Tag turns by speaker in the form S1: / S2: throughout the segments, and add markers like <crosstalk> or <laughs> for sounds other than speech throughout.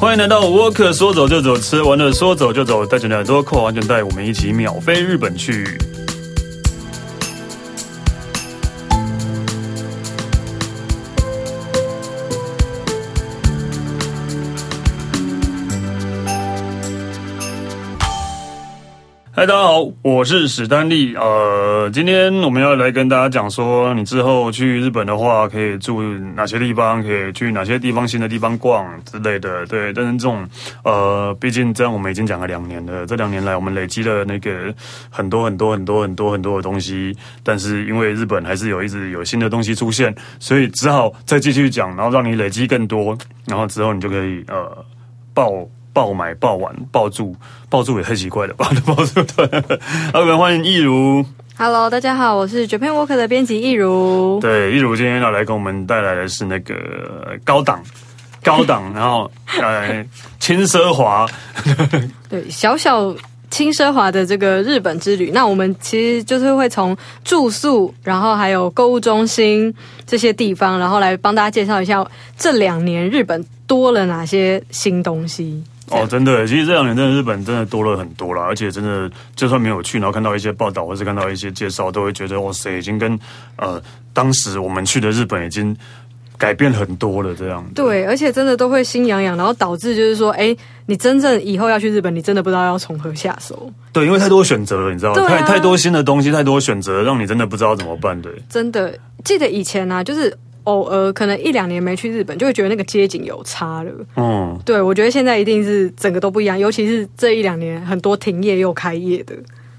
S1: 欢迎来到 Worker 说走就走，吃完了说走就走，带着你的耳朵扣好安全带，我们一起秒飞日本去。嗨，大家好，我是史丹利。呃，今天我们要来跟大家讲说，你之后去日本的话，可以住哪些地方，可以去哪些地方新的地方逛之类的。对，但是这种呃，毕竟这样我们已经讲了两年了，这两年来我们累积了那个很多很多很多很多很多的东西，但是因为日本还是有一直有新的东西出现，所以只好再继续讲，然后让你累积更多，然后之后你就可以呃爆爆买、爆玩、爆住，爆住也太奇怪了吧？ <laughs> 爆住对，好，我们欢迎易如，
S2: Hello，大家好，我是 Japan Walker 的编辑易如。
S1: 对，易如今天要来给我们带来的是那个高档。高档，然后呃，轻奢华，
S2: 对，小小轻奢华的这个日本之旅，那我们其实就是会从住宿，然后还有购物中心这些地方，然后来帮大家介绍一下这两年日本多了哪些新东西。
S1: 哦，真的，其实这两年真的日本真的多了很多啦，而且真的就算没有去，然后看到一些报道或是看到一些介绍，都会觉得哇塞，已经跟呃当时我们去的日本已经改变很多了，这样子。
S2: 对，而且真的都会心痒痒，然后导致就是说，哎，你真正以后要去日本，你真的不知道要从何下手，
S1: 对，因为太多选择了，你知道，
S2: 对啊
S1: 太太多新的东西，太多选择，让你真的不知道怎么办。对，
S2: 真的。记得以前啊，就是偶尔可能一两年没去日本，就会觉得那个街景有差了。
S1: 嗯，
S2: 对，我觉得现在一定是整个都不一样，尤其是这一两年很多停业又开业的，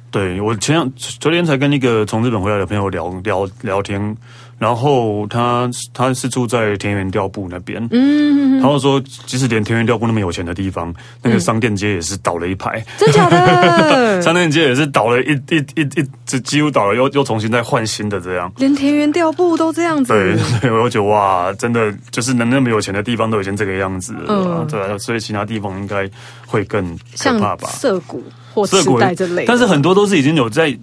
S1: 对我前两昨天才跟一个从日本回来的朋友聊聊聊天，然后他他是住在田园调布那边，嗯，然后说即使连田园调布那么有钱的地方，那个商店街也是倒了一排，
S2: 真假的？ <laughs>
S1: 商店街也是倒了一一一一，这几乎倒了，又又重新再换新的这样。
S2: 连田园调布都这样子，
S1: 对，对，我就觉得哇，真的就是能那么有钱的地方都已经这个样子了，
S2: 嗯
S1: 对啊，所以其他地方应该会更可怕
S2: 像
S1: 吧？
S2: 涩谷或
S1: 涩
S2: 痴
S1: 谷
S2: 呆这类的，
S1: 但是很多都是已经有在。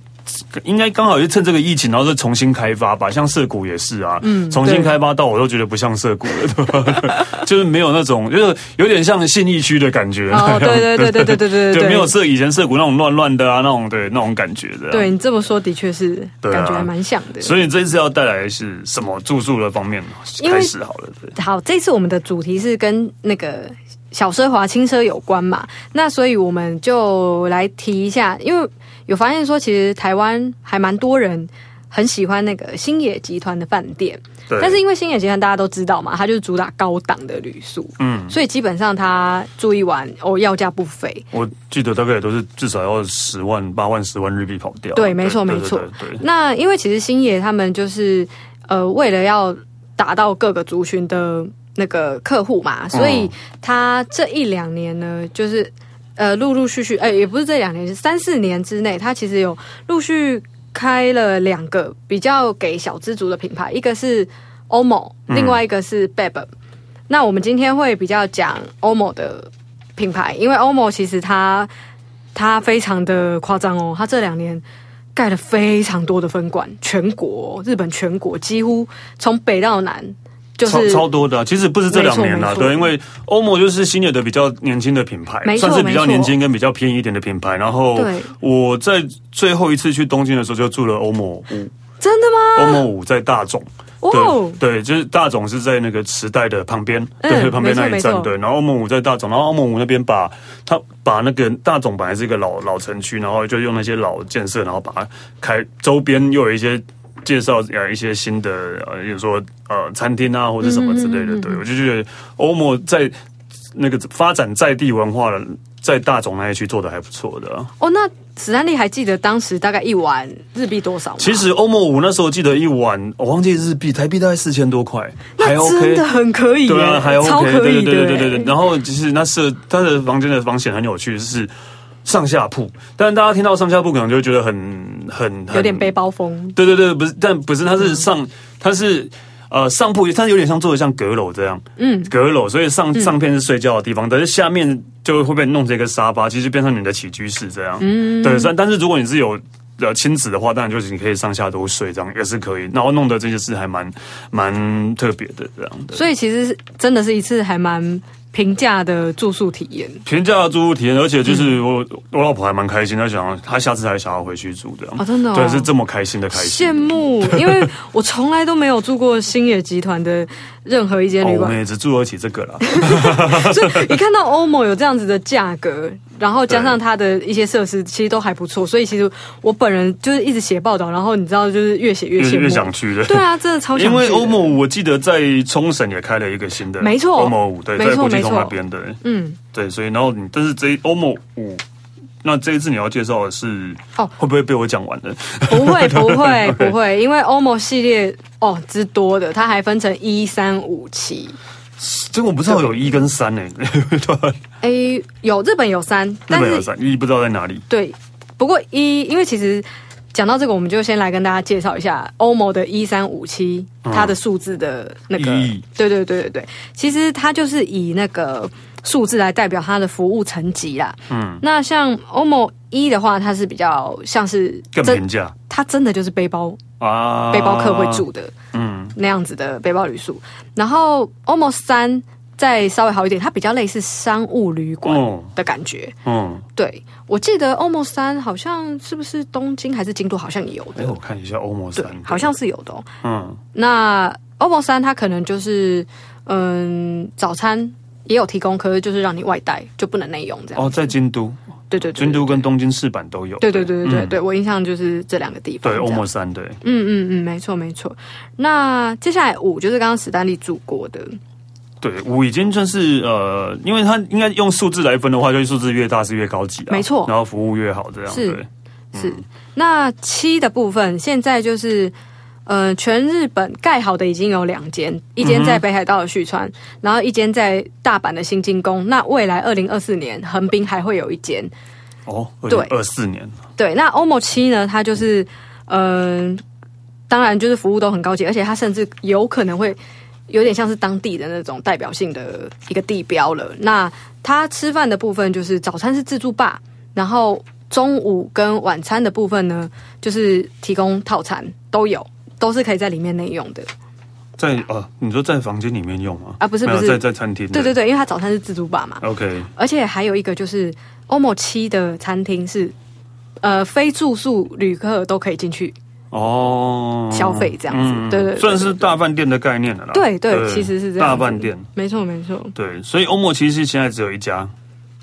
S1: 应该刚好就趁这个疫情，然后再重新开发吧。像涩谷也是啊，嗯，重新
S2: 对
S1: 开发到我都觉得不像涩谷了， <laughs> 对吧？就是没有那种，就是有点像信义区的感觉。
S2: 哦，对对对对对对对
S1: <laughs> 就
S2: 对，
S1: 没有涩以前涩谷那种乱乱的啊，那种对那种感觉的、
S2: 对，你这么说的确是，
S1: 对啊
S2: 感觉还蛮像的。
S1: 所以这次要带来的是什么住宿的方面
S2: 因为
S1: 开始好了，对。
S2: 好，这次我们的主题是跟那个小奢华轻奢有关嘛，那所以我们就来提一下，因为有发现说，其实台湾还蛮多人很喜欢那个星野集团的饭店，
S1: 对
S2: 但是因为星野集团大家都知道嘛，它就是主打高档的旅宿，
S1: 嗯，
S2: 所以基本上它住一晚哦要价不菲。
S1: 我记得大概也都是至少要十万、八万、十万日币跑掉。
S2: 对没错没错
S1: 对对
S2: 那因为其实星野他们就是呃为了要达到各个族群的那个客户嘛，所以他这一两年呢，就是呃陆陆续续，哎、也不是这两年，是三四年之内，他其实有陆续开了两个比较给小资族的品牌，一个是 OMO，另外一个是 Bab、那我们今天会比较讲 OMO 的品牌，因为 OMO 其实它它非常的夸张哦，它这两年盖了非常多的分馆，全国、日本全国几乎从北到南就
S1: 超
S2: 是
S1: 超多的啊、其实不是这两年啦、
S2: 没错没错
S1: 对，因为欧盟就是新野的比较年轻的品牌，
S2: 没错
S1: 算是比较
S2: 没错
S1: 年轻跟比较便宜一点的品牌。然后
S2: 对
S1: 我在最后一次去东京的时候就住了欧盟五，
S2: 真的吗？
S1: 欧盟五在大冢。
S2: 哦
S1: 对，对，就是大冢是在那个池袋的旁边，
S2: 嗯
S1: 对，旁边那一
S2: 没错
S1: 站，
S2: 没错
S1: 对。然后欧盟五在大冢，然后欧盟五那边把它把那个大冢本来是一个老老城区，然后就用那些老建设，然后把它开周边又有一些介绍呃一些新的呃，比如说呃餐厅啊或者什么之
S2: 嗯
S1: 类的，对我就觉得欧盟在那个发展在地文化的。在大冢那一区做的还不错的啊、
S2: 哦，那史丹利还记得当时大概一晚日币多少吗？
S1: 其实欧盟五那时候记得一晚，我忘记日币台币大概四千多块，还
S2: 那
S1: OK，
S2: 真的很可以耶，
S1: 对啊，还 OK，
S2: 超可以的耶，
S1: 对对对对对对。然后就是那是他的房间的房型很有趣，就是上下铺。但大家听到上下铺，可能就会觉得很很很
S2: 有点背包风。
S1: 对对对，不是，但不是，它是上，它是呃上铺，它有点像做的像阁楼这样，嗯，阁楼，所以上上片是睡觉的地方，但是下面就会被弄成一个沙发，其实变成你的起居室这样，嗯，对，但但是如果你是有。呃，亲子的话，当然就是你可以上下都睡，这样也是可以。然后弄得这些事还蛮蛮特别的，这样的。
S2: 所以其实是真的是一次还蛮平价的住宿体验。
S1: 平价的住宿体验，而且就是我、我老婆还蛮开心，她想她下次还想要回去住这样。
S2: 哦真的哦
S1: 对，是这么开心的开心。
S2: 羡慕，因为我从来都没有住过星野集团的任何一间
S1: 哦
S2: 旅
S1: 我
S2: 馆
S1: 们，也只住得起这个
S2: <laughs>
S1: 啦。 <laughs>
S2: 所以一看到欧盟有这样子的价格，然后加上
S1: 对
S2: 它的一些设施，其实都还
S1: 嗯
S2: 不错。所以其实我本人就是一直写报道，然后你知道，就是越写越
S1: 越
S2: 羡慕。
S1: 越想去的。
S2: 对啊，真的超想
S1: 因
S2: 去的。
S1: 为欧盟，我记得在冲绳也开了一个新的，
S2: 没错
S1: 欧盟五对，
S2: 没错
S1: 在国际
S2: 没错
S1: 通那边的，
S2: 嗯，
S1: 对，所以然后你，但是这一欧盟五，那这一次你要介绍的是，
S2: 哦
S1: 会不会被我讲
S2: <laughs>
S1: 完了？
S2: 不会不会不会，因为欧盟系列哦之多的，它还分成一三五期。
S1: 这我不知道有一跟三呢，
S2: 诶，有日本有三，
S1: 日
S2: <laughs>
S1: <laughs>
S2: 但
S1: 本有
S2: 是
S1: 三，一不知道在哪里。
S2: 对，不过一因为其实。讲到这个，我们就先来跟大家介绍一下欧盟的一三五七，它的数字的那个
S1: 嗯意义，
S2: 对对对对对，其实它就是以那个数字来代表它的服务层级啦。
S1: 嗯，
S2: 那像欧盟一的话，它是比较像是
S1: 更
S2: 真
S1: 平，价
S2: 它真的就是背包
S1: 啊，
S2: 背包客会住，的
S1: 嗯，
S2: 那样子的背包旅宿。然后欧盟三再稍微好一点，它比较类似商务旅馆
S1: 哦，
S2: 的感觉。
S1: 嗯，
S2: 对，我记得欧盟三好像是不是东京还是京都，好像也有
S1: 哎，
S2: 的，
S1: 我看一下欧盟
S2: 对
S1: 三，，
S2: 好像是有的、哦。
S1: 嗯，
S2: 那欧盟三它可能就是嗯早餐。也有提供，可是就是让你外带，就不能内用这样。
S1: 哦，在京都，
S2: 对对对
S1: 京，都跟东京市版都有，
S2: 对对对对对
S1: 嗯
S2: 对，我印象就是这两个地方。
S1: 对，欧
S2: 这样
S1: 盟三，对，
S2: 嗯嗯嗯，没错没错。那接下来五就是刚刚史丹利住过的，
S1: 对，五已经算是呃，因为它应该用数字来分的话，就是数字越大是越高级啊，
S2: 没错
S1: 然后服务越好，这样
S2: 是
S1: 对，
S2: 是、那七的部分，现在就是呃，全日本盖好的已经有两间，一间在北海道的旭川，然后一间在大阪的新津宫。那未来二零二四年横滨还会有一间。
S1: 哦，
S2: 对
S1: 二四年，
S2: 对，那欧盟七呢，它就是嗯、当然就是服务都很高级，而且它甚至有可能会有点像是当地的那种代表性的一个地标了。那它吃饭的部分就是早餐是自助吧，然后中午跟晚餐的部分呢，就是提供套餐都有。都是可以在里面内用的，
S1: 在呃，你说在房间里面用吗？
S2: 啊不是
S1: 没有
S2: 不是
S1: 在在餐厅，
S2: 对对对，因为它早餐是自助吧嘛，
S1: ，OK，
S2: 而且还有一个就是欧某七的餐厅是，呃，非住宿旅客都可以进去
S1: 哦，
S2: 消费这样子对对对
S1: 算是大饭店的概念了啦，
S2: 对对其实是这样
S1: 大
S2: 子
S1: 饭店。
S2: 没错，没错。
S1: 对，所以欧盟其实现在只有一家，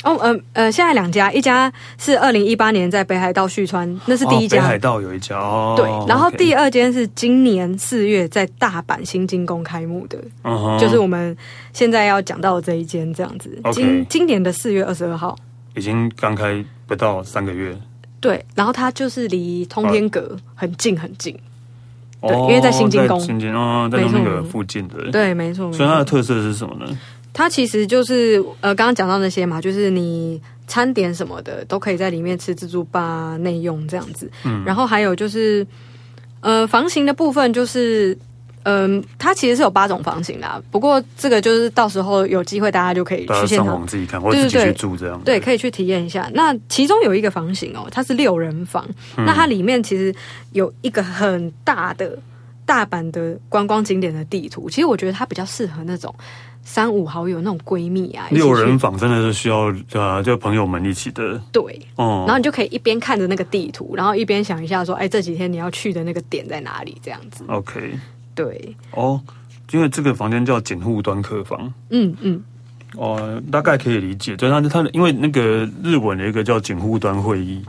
S2: 哦，呃呃，现在两家，一家是二零一八年在北海道旭川，那是第一
S1: 哦、北
S2: 家。
S1: 海道有一家哦。
S2: 对，然后
S1: OK
S2: 第二间是今年四月在大阪新津宫开幕的，
S1: 嗯哼
S2: 就是我们现在要讲到的这一间这样子。
S1: OK
S2: 今今年的四月二十二号，
S1: 已经刚开不到三个月，
S2: 对，然后它就是离通天阁很近很近。对
S1: 哦
S2: 因为在新津宫
S1: 在新津哦，在那
S2: 没
S1: 个
S2: 错
S1: 附近的。
S2: 对，没错，没
S1: 所以它的
S2: 错。
S1: 特色是什么呢？
S2: 它其实就是呃，刚刚讲到那些嘛，就是你餐点什么的都可以在里面吃自助吧内用这样子。
S1: 嗯
S2: 然后还有就是呃，房型的部分就是。嗯，它其实是有八种房型啦，不过这个就是到时候有机会大家就可以
S1: 大家
S2: 去现
S1: 上
S2: 场，
S1: 网自己看，或者自己
S2: 对
S1: 去
S2: 对
S1: 住这样。
S2: 对，，可以去体验一下。那其中有一个房型哦，它是六人房，
S1: 嗯
S2: 那它里面其实有一个很大的大阪的观光景点的地图，其实我觉得它比较适合那种三五好友那种闺蜜啊，一起去
S1: 六人房真的是需要呃，就朋友们一起的
S2: 对，
S1: 哦。
S2: 然后你就可以一边看着那个地图，然后一边想一下说，哎，这几天你要去的那个点在哪里？这样子，
S1: OK，
S2: 对，
S1: 哦，因为这个房间叫简户端客房。
S2: 嗯嗯，
S1: 哦，大概可以理解，就是它它的，因为那个日文有一个叫警护端会议，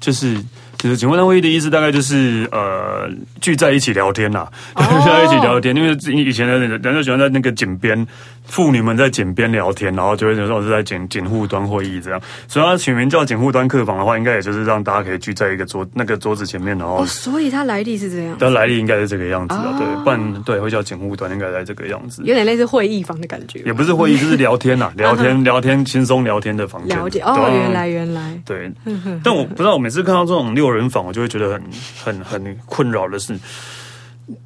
S1: 就是就是警护端会议的意思，大概就是呃聚在一起聊天啦、
S2: 哦
S1: <laughs> 聚在一起聊天，因为以前的人就喜欢在那个井边，妇女们在井边聊天，然后就会说哦是在警警护端会议这样，所以它取名叫警护端客房的话，应该也就是让大家可以聚在一个桌那个桌子前面，然后
S2: 哦，所以它来历是这样，
S1: 它来历应该是这个样子的，
S2: 哦
S1: 对，不然对会叫警护端应该在这个样子。
S2: 有点类似会议房的感觉，
S1: 也不是会议，就是聊
S2: <laughs>
S1: 天呐、啊聊天聊天，轻松聊天的房间。
S2: 了解
S1: 对
S2: 哦
S1: 啊，
S2: 原来嗯原来， <laughs>
S1: 对，但我不知道，我每次看到这种六人房，我就会觉得很很很困扰的是，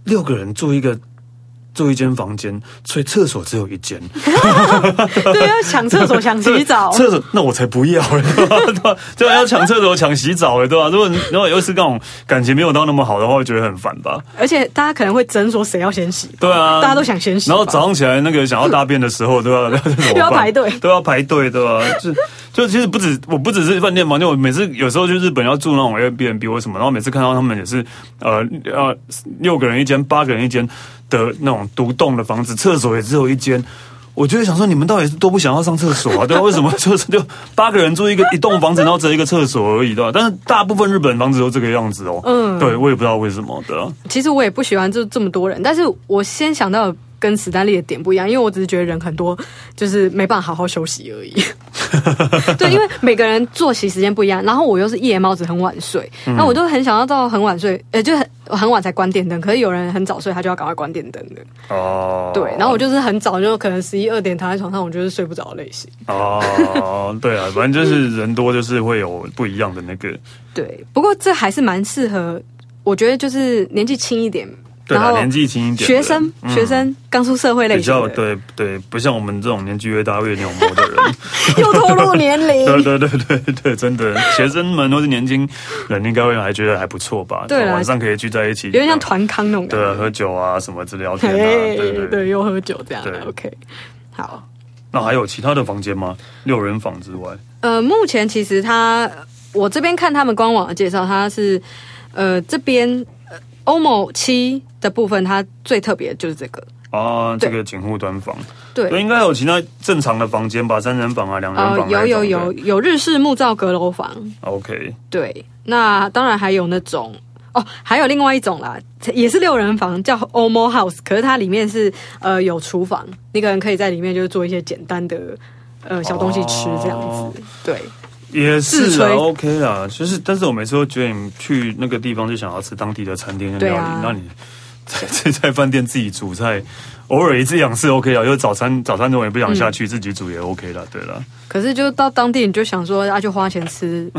S1: 六个人住一个住一间房间，所以厕所只有一间。
S2: 对，要抢厕所、抢 <laughs> 洗澡，
S1: 厕所那我才不要了， <laughs> 对吧？啊对吧对吧要抢厕所、抢洗澡了，欸对吧？啊如果如果又是那种感情没有到那么好的话，会觉得很烦吧？
S2: 而且大家可能会争说谁要先洗，
S1: 对啊，
S2: 大家都想先洗吧。
S1: 然后早上起来那个想要大便的时候，对吧？ <laughs> 又
S2: 又要排队
S1: 都要排队，对吧？就就其实不止，我不只是饭店房间，我每次有时候去日本要住那种 Airbnb 或什么，然后每次看到他们也是呃呃六个人一间、八个人一间的那种独栋的房子，厕所也只有一间。我就会想说，你们到底是多不想要上厕所啊？对吧？为什么 <laughs> 就是就八个人住一个一栋房子，然后只有一个厕所而已，对吧？但是大部分日本房子都这个样子哦。嗯，对啊我也不知道为什么的。
S2: 其实我也不喜欢就这么多人，但是我先想到跟史丹利的点不一样，因为我只是觉得人很多，就是没办法好好休息
S1: <laughs>
S2: 而已。对，因为每个人作息时间不一样，然后我又是夜猫子，很晚睡，
S1: 嗯
S2: 那我就很想要到很晚睡，呃，就很很晚才关电灯。可是有人很早睡，他就要赶快关电灯的。
S1: 哦，
S2: 对，然后我就是很早就可能十一二点躺在床上，我就是睡不着的类型。
S1: 哦，对啊，反正就是人多，就是会有不一样的那个。
S2: 对，不过这还是蛮适合，我觉得就是年纪轻一点，
S1: 对
S2: 然
S1: 啦，
S2: 后
S1: 年纪轻一点的，
S2: 学生、
S1: 嗯
S2: 学生刚出社会类
S1: 比
S2: 型
S1: 较
S2: 的，
S1: 对对，不像我们这种年纪越大越牛魔的人。 <laughs>
S2: 又透露年
S1: 对
S2: 龄。
S1: 对对对对，真的，学生们都是年轻人，应该会还觉得还不错吧？
S2: 对啦
S1: 晚上可以聚在一起，
S2: 有点像团康那种感
S1: 对啊，
S2: <laughs> 觉，
S1: 喝酒啊什么之类聊天啊，对
S2: 嘿
S1: 对对。
S2: 对，又喝酒这样
S1: 对
S2: ，OK，好。
S1: 那还有其他的房间吗？六人房之外，
S2: 呃，目前其实它，我这边看他们官网的介绍，它是呃这边呃欧某七的部分，它最特别的就是这个，
S1: 啊，这
S2: 对
S1: 个警护端房，
S2: 对，
S1: 对，应该有其他正常的房间吧，三人房啊，两人
S2: 呃
S1: 房、
S2: 有有有有日式木造阁楼房，
S1: ，OK，
S2: 对，那当然还有那种。哦，还有另外一种啦，也是六人房，叫 Omo House，可是它里面是呃有厨房，你可能可以在里面就是做一些简单的呃小东西吃这样子，
S1: 哦
S2: 对，
S1: 也
S2: 自
S1: 是啊
S2: 吹
S1: ，OK 啦，就是，但是我每次都觉得你去那个地方就想要吃当地的餐厅的料
S2: 对
S1: 理，
S2: 啊
S1: 那你在在在饭店自己煮菜，偶尔一次两次 OK 啦，因为早餐早餐如果你不想
S2: 嗯
S1: 下去，自己煮也 OK 啦，对啦，
S2: 可是就到当地你就想说啊，就花钱吃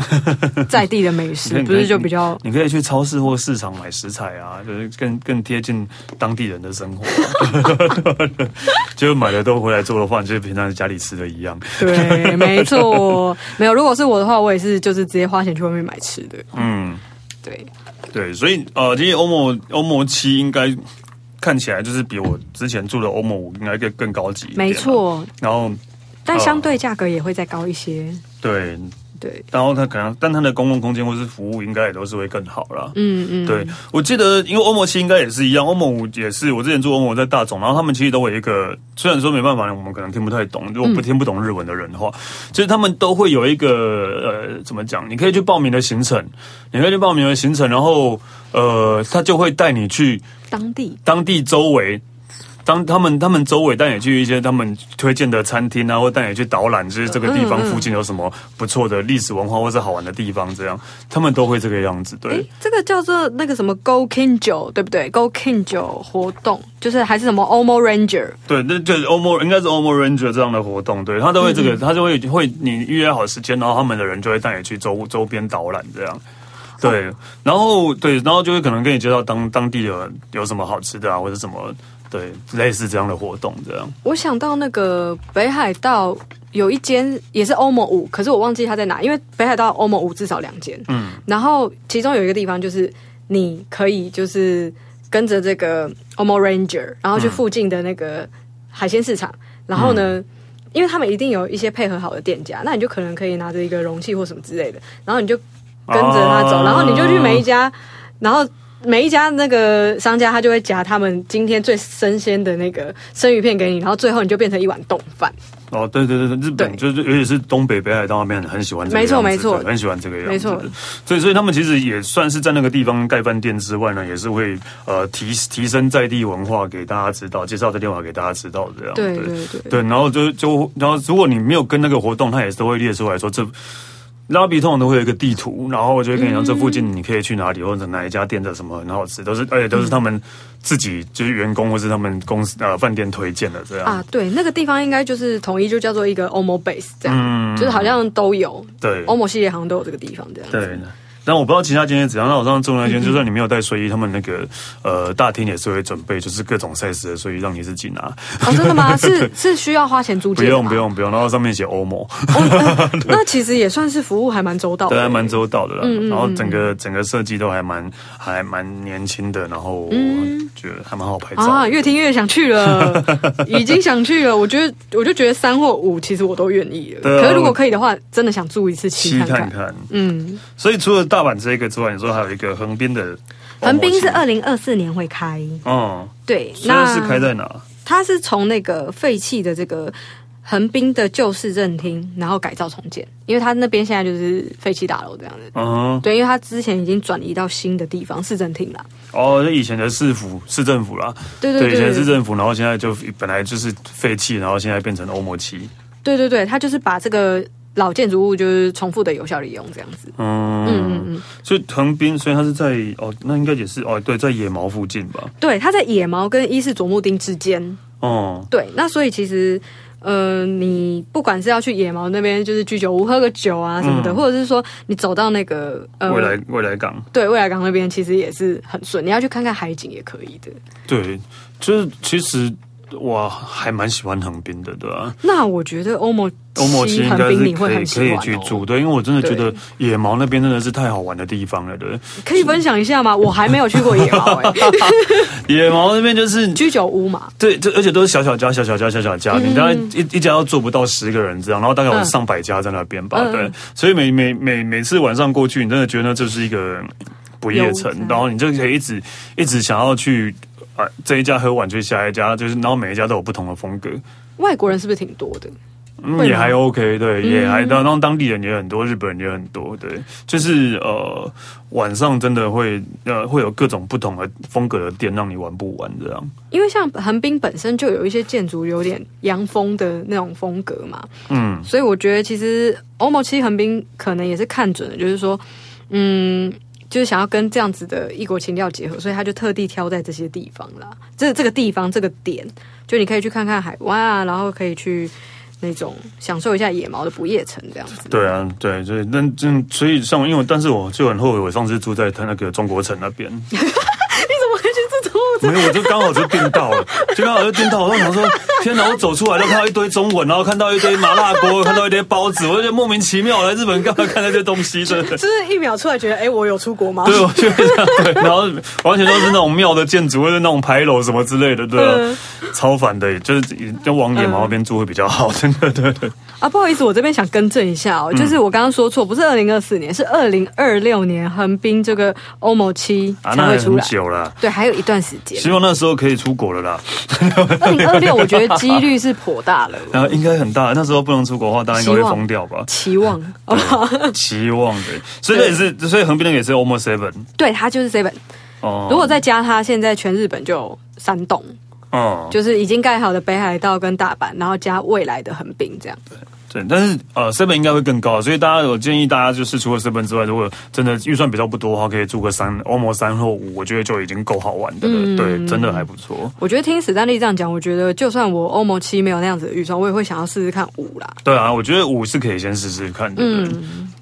S2: 在地的美食，
S1: <laughs> 你
S2: 不
S1: 可以
S2: 是就比较
S1: 你可以去超市或市场买食材啊，就是更更贴近当地人的生活、啊， <laughs> 就是买了都回来做的话，你就是平常家里吃的一样，
S2: 对，没错，没有。如果是我的话，我也是就是直接花钱去外面买吃的。
S1: 嗯。
S2: 对，
S1: 对，所以呃，其实欧盟欧盟七应该看起来就是比我之前住的欧盟五应该更更高级一点啊
S2: 没。错，
S1: 然后
S2: 但相对价格也会再高一些。
S1: 对，
S2: 对，
S1: 然后它可能，但它的公共空间或是服务应该也都是会更好啦。
S2: 嗯嗯，
S1: 对，我记得，因为欧盟七应该也是一样，欧盟五也是。我之前住欧盟五在大总，然后他们其实都有一个，虽然说没办法，我们可能听不太懂，如
S2: 嗯
S1: 果不听不懂日文的人的话，就是他们都会有一个呃，怎么讲？你可以去报名的行程，你可以去报名的行程，然后呃，他就会带你去
S2: 当地
S1: 当地周围，当他们他们周围带你去一些他们推荐的餐厅啊，或带你去导览，就是这个地方
S2: 嗯嗯
S1: 附近有什么不错的历史文化或是好玩的地方，这样他们都会这个样子。对，
S2: 诶，哎这个叫做那个什么 Go King 九，对不对？Go King 九活动就是还是什么 Omo Ranger，
S1: 对，那就是欧盟应该是欧盟 Ranger 这样的活动，对他都会这个，他就会会你预约好时间，然后他们的人就会带你去周周边导览这样。对，然后对，然后就会可能跟你介绍当当地的有什么好吃的啊，或者什么，对，类似这样的活动这样。
S2: 我想到那个北海道有一间也是欧盟五，可是我忘记它在哪，因为北海道欧盟五至少两间。嗯，然后其中有一个地方就是你可以就是跟着这个欧盟 Ranger，然后去附近的那个海鲜市场，然后呢。因为他们一定有一些配合好的店家，那你就可能可以拿着一个容器或什么之类的，然后你就跟着他走，
S1: 啊
S2: 然后你就去每一家，然后每一家那个商家他就会夹他们今天最生鲜的那个生鱼片给你，然后最后你就变成一碗冻饭。
S1: 哦，对对对对，日本
S2: 对
S1: 就是尤其是东北北海道那边很喜欢这个样子，
S2: 没错没错
S1: 对很喜欢这个样子，
S2: 没错。
S1: 所以所以他们其实也算是在那个地方盖饭店之外呢，也是会呃提提升在地文化给大家知道，介绍这地方给大家知道这样。
S2: 对对对
S1: 哦对，然后就就然后如果你没有跟那个活动，他也是都会列出来说这。拉比通常都会有一个地图，然后就会跟你讲这附
S2: 嗯
S1: 近你可以去哪里，或者哪一家店的什么很好吃，都是而且都是他们自己就是员工或是他们公司呃饭店推荐的这样。
S2: 啊，对，那个地方应该就是统一就叫做一个欧盟 base 这样，就是好像都有
S1: 嗯对，
S2: 欧盟系列好像都有这个地方这样。
S1: 对，但我不知道其他间是怎样。那我上次住那
S2: <laughs>
S1: 间，就算你没有带睡衣，他们那个呃大厅也是会准备，就是各种 size 的睡衣让你自己拿。
S2: 哦，真
S1: <laughs>
S2: 的吗？是是需要花钱租
S1: 不
S2: 借的
S1: 用
S2: 吗
S1: 不。用不用，然后上面写欧盟，
S2: 哦，那
S1: <laughs>
S2: 那其实也算是服务还蛮周到
S1: 对，
S2: 的，
S1: 还蛮周到的啦。
S2: 嗯
S1: 然后整个整个设计都还蛮还蛮年轻的，然后觉得还蛮好拍照的。
S2: 啊，越听越想去
S1: <laughs>
S2: 了，已经想去了。我觉得，我就觉得三或五，其实我都愿意了。
S1: 对啊
S2: 可是如果可以的话，真的想住一次
S1: 期
S2: 期看
S1: 看
S2: 看。
S1: 看。
S2: 嗯，
S1: 所以除了大阪这个之外，你说还有一个横滨的欧盟
S2: 横滨是
S1: 期
S2: 二零二四年会开，
S1: 哦，
S2: 对，
S1: 那是开在哪？
S2: 它是从那个废弃的这个横滨的旧市政厅，然后改造重建，因为它那边现在就是废弃大楼这样子。
S1: 嗯哼，
S2: 对，因为它之前已经转移到新的地方市政厅啦。
S1: 哦，那以前的市府、市政府啦，
S2: 对对
S1: 以前
S2: 对，
S1: 市政府，然后现在就本来就是废弃，然后现在变成欧摩期。
S2: 对对对，它就是把这个老建筑物就是重复的有效利用这样子。
S1: 嗯
S2: 嗯嗯嗯，
S1: 所以横滨，所以它是在哦，那应该也是哦，对，在野毛附近吧？
S2: 对，它在野毛跟伊势佐木町之间。
S1: 哦，
S2: 对，那所以其实。呃，你不管是要去野毛那边，就是居酒屋喝个酒啊什么的，
S1: 嗯
S2: 或者是说你走到那个呃
S1: 未来未来港，
S2: 对未来港那边其实也是很顺，你要去看看海景也可以的。
S1: 对，就是其实我还蛮喜欢横滨的，对吧、
S2: 那我觉得欧盟
S1: 欧摩期应
S2: 横
S1: 该
S2: 滨
S1: 是
S2: 你会
S1: 可以
S2: 很
S1: 可
S2: 喜欢、
S1: 以
S2: 哦、
S1: 去住，对，因为我真的觉得
S2: 对
S1: 野毛那边真的是太好玩的地方了，对。
S2: 可以分享一下吗？我还没有去过野猫、
S1: <laughs>
S2: 欸，
S1: 野毛那边就是
S2: 居酒屋嘛，
S1: 对，这而且都是小小家、小小家、小小家，你大概一一家都做不到十个人这样，然后大概有
S2: 嗯
S1: 上百家在那边吧。
S2: 嗯
S1: 对，所以每每每每次晚上过去，你真的觉得这是一个不夜城
S2: 悠哉，
S1: 然后你就可以一直一直想要去。啊，这一家喝完去下一家，就是然后每一家都有不同的风格，
S2: 外国人是不是挺多的？
S1: 嗯，
S2: 会吗嗯
S1: 也还 OK，对，也还，然后当地人也很多，日本人也很多，对，就是呃，晚上真的会呃会有各种不同的风格的店让你玩不完这样，
S2: 因为像横滨本身就有一些建筑有点洋风的那种风格嘛，
S1: 嗯，
S2: 所以我觉得其实欧盟其实横滨可能也是看准了，就是说，嗯，就是想要跟这样子的异国情调结合，所以他就特地挑在这些地方啦，这这个地方这个点，就你可以去看看海湾啊，然后可以去那种享受一下野毛的不夜城这样子。
S1: 对啊，对，所以那嗯，所以像因为，但是我就很后悔，我上次住在他那个中国城那边，
S2: 我可以去这种
S1: 没有，我就刚好就订到了，就刚好就订到，我就想说，天哪！我走出来就看到一堆中文，然后看到一堆麻辣锅，看到一堆包子，我就觉得莫名其妙，来日本干嘛看那些东西？真的。<laughs>
S2: <laughs> 就是一秒出来觉得，哎、我有出国吗？
S1: 对，我啊觉得这样对，然后完全都是那种庙的建筑，或者那种牌楼什么之类的，对啊，
S2: 嗯
S1: 超烦的，就是就往野毛那边住会比较好，真的，对对，
S2: 啊，不好意思，我这边想更正一下
S1: 嗯
S2: 哦，就是我刚刚说错，不是二零二四年，是二零二六年横滨这个欧盟期
S1: 啊，
S2: 才
S1: 那
S2: 会
S1: 还
S2: 出
S1: 很
S2: 来。
S1: 久了，
S2: 对，还有一段时间。
S1: 希望那时候可以出国了啦。
S2: 二零二六，我觉得几率是颇大
S1: <laughs>
S2: 了。
S1: 然后呃应该很大，那时候不能出国的话，大家应该会疯掉吧？
S2: 期望，好不好？
S1: 期望的，所以那也是，所以横滨那个也是 almost seven
S2: <laughs> 对，它就是 seven。
S1: 哦。
S2: 如果再加它，现在全日本就有三栋，
S1: 哦，
S2: 就是已经盖好的北海道跟大阪，然后加未来的横滨这样。
S1: 对，但是呃，seven 应该会更高，所以大家我建议大家就是除了 seven 之外，如果真的预算比较不多的话，可以住个三 almost 三或五，我觉得就已经够好玩的了。对，真的还不错。
S2: 我觉得听史丹利这样讲，我觉得就算我欧盟期没有那样子的预算，我也会想要试试看五啦。
S1: 对啊，我觉得五是可以先试试看的，对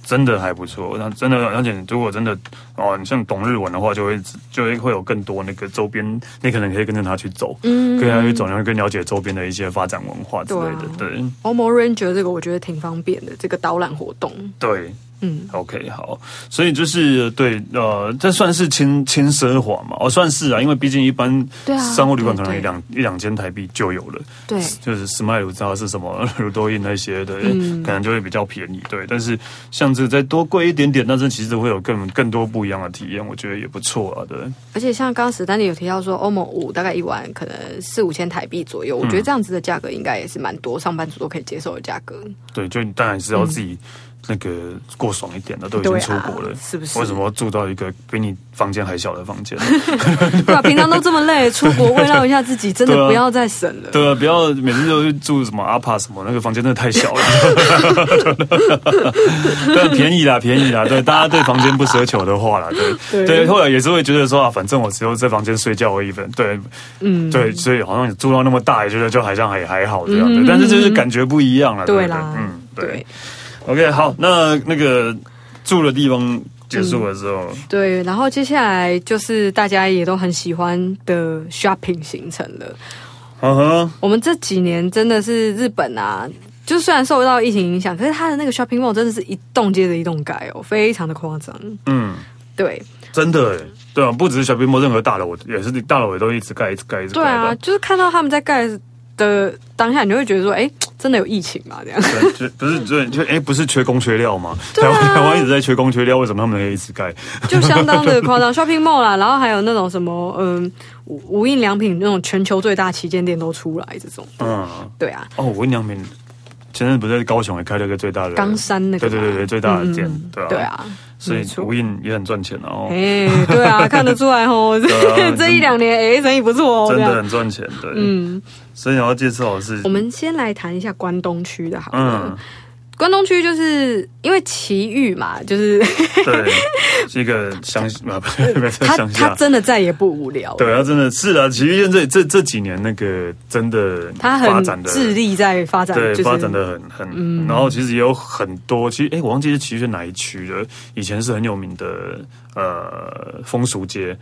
S1: 真的还不错。那真的，而且如果真的哦，你像懂日文的话，就会就会会有更多那个周边，你可能可以跟着他去走，嗯，跟着他去走，然后更了解周边的一些发展文化之类的。
S2: 对
S1: 对
S2: 欧盟 Ranger 这个我觉得挺方便的，这个导览活动。
S1: 对
S2: 嗯，
S1: OK，好，所以就是对，呃，这算是轻轻奢华嘛？哦，算是啊，因为毕竟一般
S2: 对啊
S1: 商务旅馆可能
S2: 对对
S1: 一两一两千台币就有了，
S2: 对
S1: 就是斯麦鲁知道是什么鲁多印那些的，
S2: 嗯
S1: 可能就会比较便宜，对。但是像这再多贵一点点，但是其实会有更更多不一样的体验，我觉得也不错啊，对。
S2: 而且像刚刚史丹利有提到说，欧盟五大概一晚可能四五千台币左右，我觉得这样子的价格应该也是蛮多上班族都可以接受的价格。
S1: 对，就你当然是要自己那个过爽一点的，都已经
S2: 对
S1: 出
S2: 啊
S1: 国了，
S2: 是不是
S1: 为什么要住到一个比你房间还小的房间？
S2: 对啊，平常都这么累，出国慰劳一下自己，真的
S1: 对啊
S2: 不要再省了。
S1: 对啊，不要每次都去住什么阿帕什么，那个房间真的太小了。 <laughs> 对，啊便宜啦，便宜啦。对，大家对房间不奢求的话啦，对
S2: 对
S1: 对，后来也是会觉得说啊，反正我只有在房间睡觉而已，反对，嗯，对，所以好像住到那么大，也觉得就好像还还好这
S2: 嗯
S1: 样对，但是就是感觉不一样了。
S2: 对啦
S1: 啊嗯，对
S2: 对。
S1: OK，好，那那个住的地方结束了之后，
S2: 对，然后接下来就是大家也都很喜欢的 shopping 行程了。
S1: 嗯哼，
S2: 我们这几年真的是日本啊，就虽然受到疫情影响，可是它的那个 shopping mall 真的是一栋接着一栋盖哦，非常的夸张。
S1: 嗯，
S2: 对
S1: 真的欸，对啊，不只是小规模，任何大楼也是大楼也都一直盖，一直盖，一直盖
S2: 对啊，
S1: 的。
S2: 就是看到他们在盖的当下，你就会觉得说，哎，真的有疫情吗？
S1: <laughs>
S2: 这样。
S1: 对，就不是就就哎、不是缺工缺料吗？
S2: 对啊
S1: 台湾台湾一直在缺工缺料，为什么他们可以一直盖？
S2: 就相当的夸张，shopping mall 啦，然后还有那种什么，嗯，无无印良品那种全球最大旗舰店都出来，这种，
S1: 嗯，
S2: 对啊，
S1: 哦，我良品前阵子不是在高雄也开了一个最大的
S2: 冈山那个
S1: 对
S2: 嘛，
S1: 对对对，最大的店，
S2: 嗯
S1: 对啊，
S2: 对，啊，
S1: 所以
S2: 没错
S1: 无印也很赚钱哦，
S2: 哎，对啊，看得出来哦，
S1: <laughs> 对啊
S2: 这 <laughs> 这一两年，哎，生意不错哦，
S1: 真
S2: 这
S1: 的
S2: 样。
S1: 很赚钱，对，
S2: 嗯，
S1: 所以你要介绍的是
S2: 我们先来谈一下关东区的好了。
S1: 嗯，
S2: 关东区就是因为奇遇
S1: <laughs>
S2: 嘛，就是 <laughs>
S1: 对，是一个乡下，啊不是不是
S2: 他
S1: 乡
S2: 他
S1: 下，
S2: 真的再也不无聊了，
S1: 对啊，真的是啊，其实现在这这几年那个真的
S2: 他
S1: 发展
S2: 很
S1: 的
S2: 致力在发展，
S1: 对
S2: 就是嗯
S1: 发展的很很，然后其实也有很多，其实哎，我忘记是其实是哪一区了，以前是很有名的呃风俗街，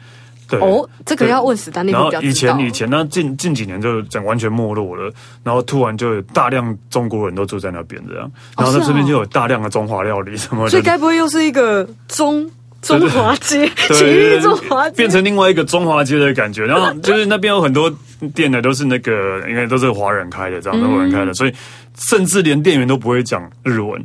S1: 对
S2: 哦，这个
S1: 对
S2: 要问史丹利
S1: 然
S2: 会
S1: 后
S2: 比较知道。
S1: 以前以前呢，近近几年就整完全没落了，然后突然就有大量中国人都住在那边这样，然后
S2: 是
S1: 在
S2: 哦
S1: 这边就有大量的中华料理什么
S2: 所
S1: 的
S2: 以，该不会又是啊一个中中华街，
S1: <laughs> 对
S2: 奇遇中华街？
S1: 变成另外一个中华街的感觉。然后就是那边有很多店呢，都是那个应该都是华人开的，这样中国人开
S2: 嗯
S1: 的，所以甚至连店员都不会讲日文。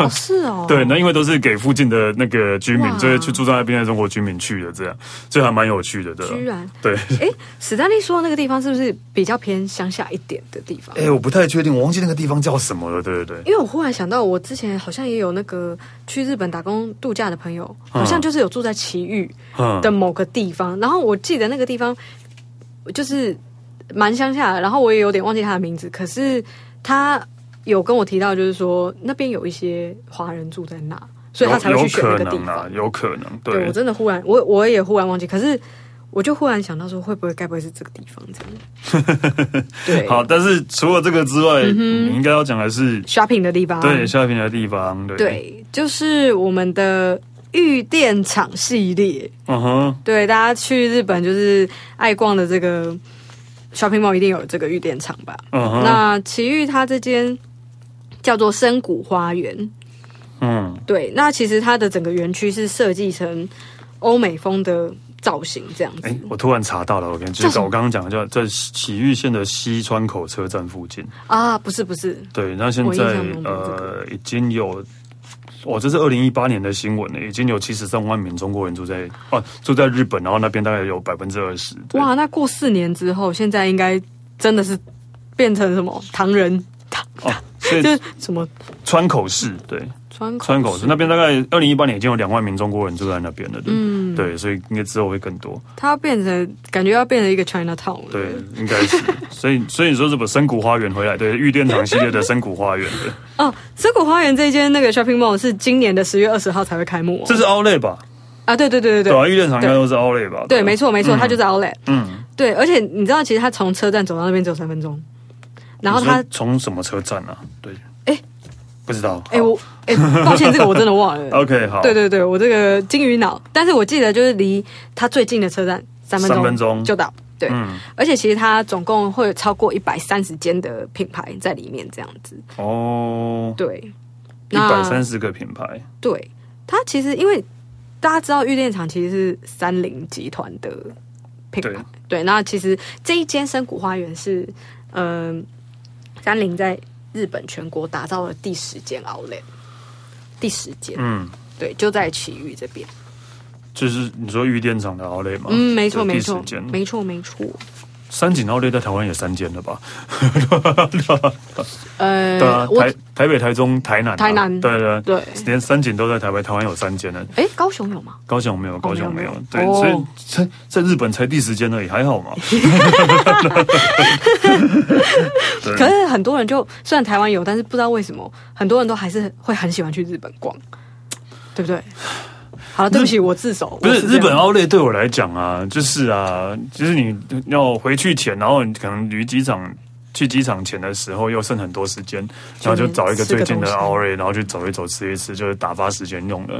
S2: 哦，是哦，
S1: 对，那因为都是给附近的那个居民，
S2: 哇
S1: 就是去住在那边的中国居民去的，这样，所以还蛮有趣的，对吧
S2: 居然
S1: 对。
S2: 哎，史丹利说的那个地方是不是比较偏乡下一点的地方？
S1: 哎、我不太确定，我忘记那个地方叫什么了。对对对，
S2: 因为我忽然想到，我之前好像也有那个去日本打工度假的朋友，
S1: 嗯
S2: 好像就是有住在埼玉
S1: <laughs> 嗯
S2: 的某个地方，然后我记得那个地方就是蛮乡下的，然后我也有点忘记他的名字，可是他有跟我提到，就是说那边有一些华人住在那，所以他才会去选那个地
S1: 有可能
S2: 方
S1: 啊。，有可能，
S2: 对
S1: 对
S2: 我，真的忽然，我我也忽然忘记，可是我就忽然想到说，会不会该不会是这个地方这样？
S1: <laughs>
S2: 对，
S1: 好，但是除了这个之外，
S2: 嗯
S1: 你应该要讲的是，
S2: ，shopping 的地方，
S1: 对，下平的地方，对，，
S2: 嗯对，就是我们的玉电厂系列。
S1: 嗯哼，
S2: 对，大家去日本就是爱逛的这个 shopping mall 一定有这个玉电厂吧？
S1: 嗯哼，
S2: 那奇遇它这间叫做深谷花园，
S1: 嗯，
S2: 对，那其实它的整个园区是设计成欧美风的造型这样子。
S1: 哎、我突然查到了，我跟就
S2: 叫
S1: 是
S2: 什么
S1: 我刚刚讲的叫在埼玉县的西川口车站附近，
S2: 啊，不是不是，
S1: 对，那现
S2: 我印
S1: 在
S2: 象中没有这
S1: 呃已经有。哦，这是二零一八年的新闻了，欸已经有七十三万名中国人住在哦、住在日本，然后那边大概有百分之二十。对
S2: 哇，那过四年之后，现在应该真的是变成什么唐人，
S1: 哦，所以
S2: 就是什么
S1: 川口市对，
S2: 川口
S1: 川口市那边大概二零一八年已经有两万名中国人住在那边了，对、
S2: 嗯，
S1: 对，所以应该之后会更多，
S2: 它要变成感觉要变成一个 China Town 了。
S1: 对，应该
S2: <laughs>
S1: 是，所以所以你说什么深谷花园回来，对，玉电堂系列的深谷
S2: <laughs>
S1: 花园，对，
S2: 哦，涩谷花园这间那个 shopping mall 是今年的十月二十号才会开幕、哦。
S1: 这是 Outlet 吧？
S2: 啊，对对对对
S1: 对
S2: 对，
S1: 啊，玉电堂应该都是 Outlet 吧？
S2: 对，没，错没错，它就是 Outlet。
S1: 嗯，
S2: 对，而且你知道，其实它从车站走到那边只有三分钟。然后它
S1: 你说，从什么车站啊？对，
S2: 哎
S1: 不知道，
S2: 哎我
S1: <laughs>
S2: 哎，抱歉，这个我真的忘了。
S1: 好 OK 好，
S2: 对对对，我这个金鱼脑，但是我记得就是离它最近的车站三分钟，
S1: 三分钟
S2: 就到。对，
S1: 嗯，
S2: 而且其实它总共会有超过一百三十间的品牌在里面，这样子。
S1: 哦，
S2: 对，
S1: 一
S2: 那
S1: 百三十个品牌，
S2: 对，它其实因为大家知道玉电厂其实是三菱集团的品牌，
S1: 对
S2: 对，那其实这一间深谷花园是，嗯、三菱在日本全国打造的第十间 Outlet，第十间，
S1: 嗯，
S2: 对，就在埼玉这边，
S1: 就是你说玉电厂的 Outlet 吗？
S2: 嗯，没错，
S1: 就哦
S2: 没
S1: 第十
S2: 错
S1: 间，
S2: 没错，没错，
S1: 三井 Outlet 在台湾也三间了吧？对啊
S2: 呃，，我
S1: 台台北、台中、台南啊、
S2: 台南
S1: 对对
S2: 对
S1: 连三井都在台北，台湾有三间呢，
S2: 哎，高雄有吗？
S1: 高雄没有，高雄没有
S2: 没有，
S1: 对，
S2: 哦
S1: 所以在在日本才第十间而已，还好嘛。对
S2: 可是很多人就虽然台湾有，但是不知道为什么很多人都还是会很喜欢去日本逛，对不对？好了，对不起，我自首。
S1: 不
S2: 我
S1: 是
S2: 这
S1: 日
S2: 样
S1: 本哦奥莱对我来讲啊，就是啊，就是你要回去前，然后你可能离机场去机场前的时候又剩很多时间，然后就找一个最近的
S2: 吃个东
S1: o u r a 然后去走一走、吃一吃，就是打发时间用的。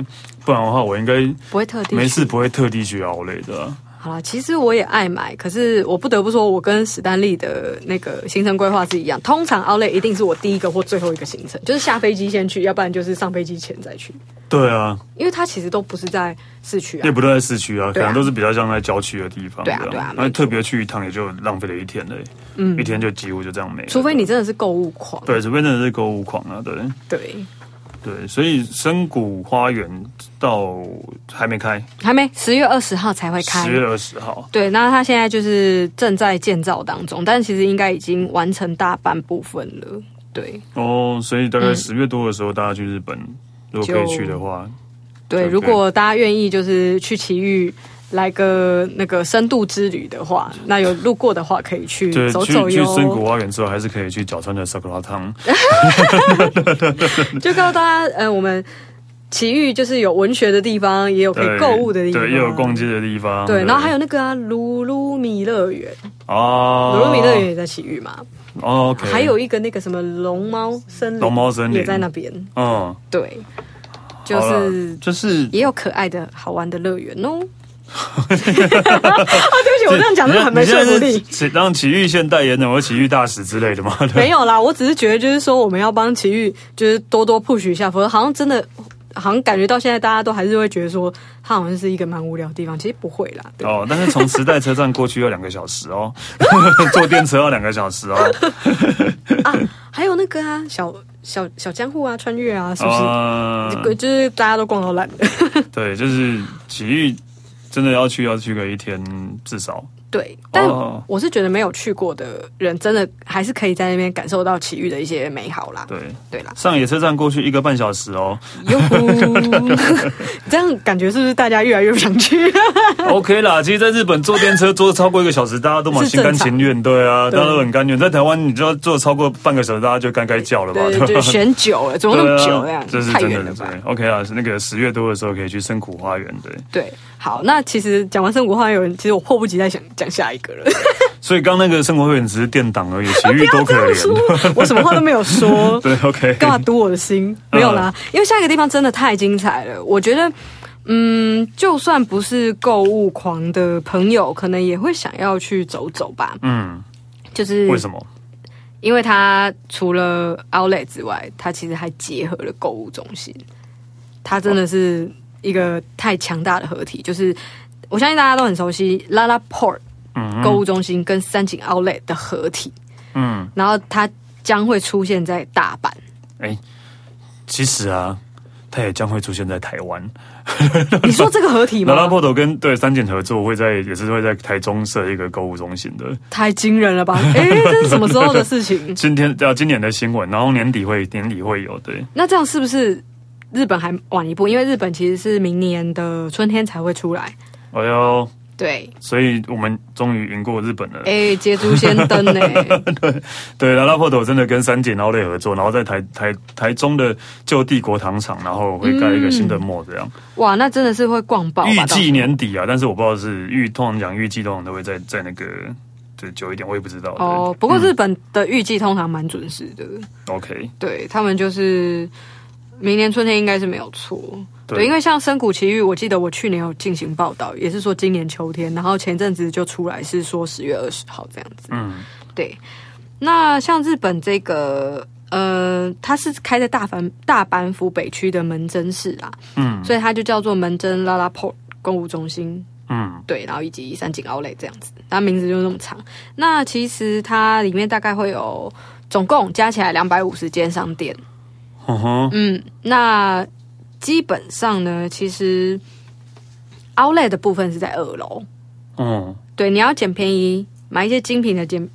S1: 不然的话，我应该
S2: 不会特地
S1: 没
S2: 去
S1: 事不会特地去 o u r a 的啊。
S2: 好啦，其实我也爱买，可是我不得不说，我跟史丹利的那个行程规划是一样。通常 Outlet 一定是我第一个或最后一个行程，就是下飞机先去，要不然就是上飞机前再去，
S1: 对啊，
S2: 因为它其实都不是在市区
S1: 也
S2: 啊。
S1: 不都在市区啊，可
S2: 对啊
S1: 能都是比较像在郊区的地方这
S2: 对啊
S1: 样。
S2: 对啊
S1: 那
S2: 没
S1: 特别去一趟也就浪费了一天嘞，嗯，一天就几乎就这样没了。
S2: 除非你真的是购物狂，
S1: 对，除非真的是购物狂啊，对
S2: 对，
S1: 对，所以深谷花园到还没开，
S2: 还没十月二十号才会开
S1: 十。月二十号。
S2: 对，那它现在就是正在建造当中，但其实应该已经完成大半部分了。对
S1: 哦，所以大
S2: 嗯
S1: 概十月多的时候，大家去日本，如果可以去的话，
S2: 对，
S1: 对
S2: 如果大家愿意就是去奇遇来个那个深度之旅的话，那有路过的话可以去
S1: 对，
S2: 走
S1: 去
S2: 走
S1: 去
S2: 哟。哎
S1: 深谷花园之后，还是可以去角川的 sakura 汤。
S2: 就告诉大家，呃，我们奇遇就是有文学的地方，也有可以
S1: 对，
S2: 购物的地方，
S1: 对，也有逛。街的地方。
S2: 对，然后还有那个啊，鲁鲁米乐园，
S1: 哦，
S2: 鲁鲁米乐园也在奇遇嘛，
S1: 哦，OK，
S2: 还有一个那个什么龙猫森林，
S1: 龙猫森林
S2: 也在那边，
S1: 嗯，
S2: 对，就
S1: 好啦
S2: 是
S1: 就是
S2: 也有可爱的好玩的乐园
S1: <laughs>
S2: 哦。啊，对不起，我这样讲真的很没说服力。
S1: 是 <laughs> 让奇遇县代言的，我奇遇大使之类的吗？
S2: <laughs> 没有啦，我只是觉得就是说我们要帮奇遇，就是多多 push 一下，否则好像真的。好像感觉到现在，大家都还是会觉得说，它好像是一个蛮无聊的地方。其实不会啦，对，
S1: 哦，但是从时代车站过去要两个小时哦， <laughs> 坐电车要两个小时哦。
S2: 还有那个啊，小小小江户啊，穿越啊，是不是？
S1: 啊，
S2: 就就是大家都逛到烂的。
S1: 对，就是奇遇真的要去，要去个一天至少。
S2: 对，但
S1: 哦
S2: 我是觉得没有去过的人，真的还是可以在那边感受到奇遇的一些美好啦。
S1: 对，
S2: 对啦，
S1: 上野车站过去一个半小时
S2: <laughs>
S1: 哦。
S2: 哟呼，这样感觉是不是大家越来越不
S1: <laughs>
S2: 想去？
S1: OK 啦，其实在日本坐电车坐超过一个小时，大家都蛮
S2: 是
S1: 心甘
S2: 正常
S1: 情愿，对啊，
S2: 对
S1: 大家都很甘愿。在台湾，你就要坐超过半个小时，大家就该该叫了吧？ <laughs>
S2: 对，
S1: 吧
S2: 就是选久了，怎么那么久这样？
S1: 这是
S2: 太
S1: 真
S2: 远
S1: 的
S2: 了吧？
S1: 对，OK 啊，是那个十月多的时候可以去深谷花园，对。
S2: 对，好，那其实讲完圣谷花园，其实我迫不及待想讲下一个了。
S1: 所以刚那个深谷花园只是垫档而已，奇遇
S2: <laughs>
S1: 多可怜。
S2: 我什么话都没有
S1: <laughs>
S2: 说，
S1: 对，OK，
S2: 干嘛堵我的心？没有啦，
S1: 嗯
S2: 因为下一个地方真的太精彩了，我觉得。嗯，就算不是购物狂的朋友，可能也会想要去走走吧。
S1: 嗯，
S2: 就是
S1: 为什么？
S2: 因为它除了 outlet 之外，它其实还结合了购物中心。它真的是一个太强大的合体，就是我相信大家都很熟悉 Lala Port
S1: 嗯
S2: 购物中心跟三井 outlet 的合体，
S1: 嗯，
S2: 然后它将会出现在大阪。
S1: 其实啊，它也将会出现在台
S2: <laughs>
S1: 湾。
S2: 你说这个合体
S1: 拉拉 <laughs>
S2: 吗？
S1: 破头跟对三井合作，会在也是会在台中设一个购物中心的。？
S2: 太惊人了吧！哎，这是什么时候的事情
S1: 今天啊，今年的新闻，然后年底会年底会有，对
S2: 那这样是不是日本还晚一步？因为日本其实是明年的春天才会出来。
S1: 哎呦，
S2: 对，
S1: 所以我们终于赢过日本了。
S2: 哎，捷足先登欸呢、
S1: <laughs> 对，拉拉破头真的跟三井奥莱合作，然后在台台台中的旧帝国糖厂，然后会盖一个新
S2: 嗯
S1: 的 mall 这样。
S2: 哇，那真的是会逛爆吧。
S1: 预
S2: 到时
S1: 计
S2: 候
S1: 年底啊，但是我不知道是预，通常讲预计通常都会在在那个对久一点，我也不知道。对
S2: 哦，不过日本的预计通常蛮准时的，
S1: OK，
S2: 对他们就是明年春天应该是没有错。
S1: 对
S2: 对，因为像《深谷奇遇》，我记得我去年有进行报道，也是说今年秋天，然后前阵子就出来是说十月二十号这样子。
S1: 嗯，
S2: 对，那像日本这个。呃，它是开在大阪大阪府北区的门真市啦，
S1: 嗯，
S2: 所以它就叫做门真拉拉 port 购物中心，
S1: 嗯，
S2: 对，然后以及三井奥莱这样子，它名字就那么长。那其实它里面大概会有总共加起来两百五十间商店。
S1: 哼哼，
S2: 嗯，那基本上呢，其实奥莱的部分是在二楼。
S1: 嗯，
S2: 对，你要捡便宜买一些精品的捡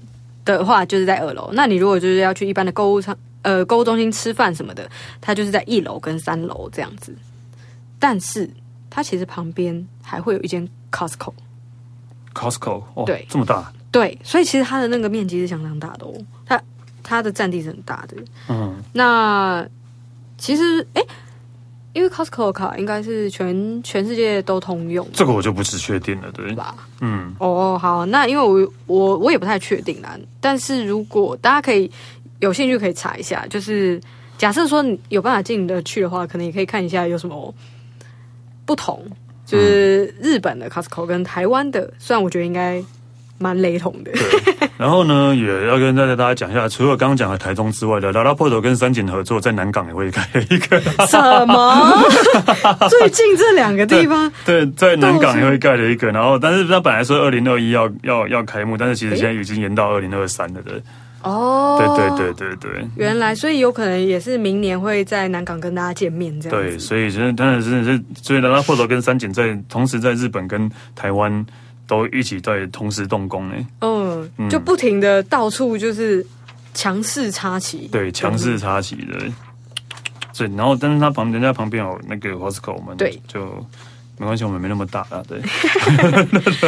S2: 的话，就是在二楼。那你如果就是要去一般的购物场呃购物中心吃饭什么的，它就是在一楼跟三楼这样子。但是它其实旁边还会有一间 Costco。
S1: Costco，哦，
S2: 对
S1: 这么大，
S2: 对，所以其实它的那个面积是相当大的哦，它嗯它的占地是很大的。
S1: 嗯，
S2: 那其实哎、诶因为 Costco 的卡应该是全全世界都通用
S1: 这个我就不是确定了，对，
S2: 吧？
S1: 嗯，
S2: 哦，好，那因为我我我也不太确定啦，但是如果大家可以有兴趣可以查一下，就是假设说你有办法进得去的话，可能也可以看一下有什么不同，就是日本的 Costco 跟台湾的，虽然我觉得应该蛮雷同的。
S1: 然后呢，也要跟大家大家讲一下，除了刚刚讲的台中之外的拉拉破头跟三井合作，在南港也会开一
S2: <laughs>
S1: 个， <laughs>
S2: 什么？最近这两个地方，
S1: 对，在南港也会盖了一个。然后，但是它本来说二零二一要要要开幕，但是其实现在已经延到二零二三了的。
S2: 哦，
S1: 对对对对对。
S2: 原来，所以有可能也是明年会在南港跟大家见面这样
S1: 对，
S2: 子。
S1: 所以真的，真的，真的是，所以拉拉破头跟三井在同时在日本跟台湾都一起在同时动工呢。
S2: 嗯，就不停的到处就是强势插旗，
S1: 对，强势插旗的。对，然后但是他旁人家旁边有那个 Costco，我们
S2: 对
S1: 就没关系，我们没那么大啦。
S2: <laughs>
S1: 对，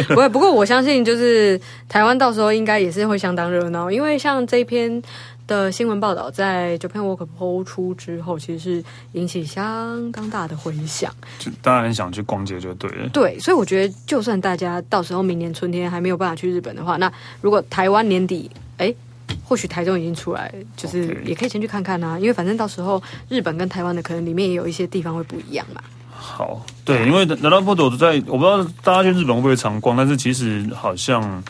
S2: 不会，不过我相信，就是台湾到时候应该也是会相当热闹，因为像这篇的新闻报道在 Japan Walk 播出之后，其实是引起相当大的回响。
S1: 就大家很想去逛街就对了。
S2: 对，所以我觉得，就算大家到时候明年春天还没有办法去日本的话，那如果台湾年底，哎。或许台中已经出来，就是
S1: OK
S2: 也可以先去看看啊因为反正到时候日本跟台湾的可能里面也有一些地方会不一样嘛。
S1: 好，对，因为南拉波多在，我不知道大家去日本会不会常逛，但是其实好像。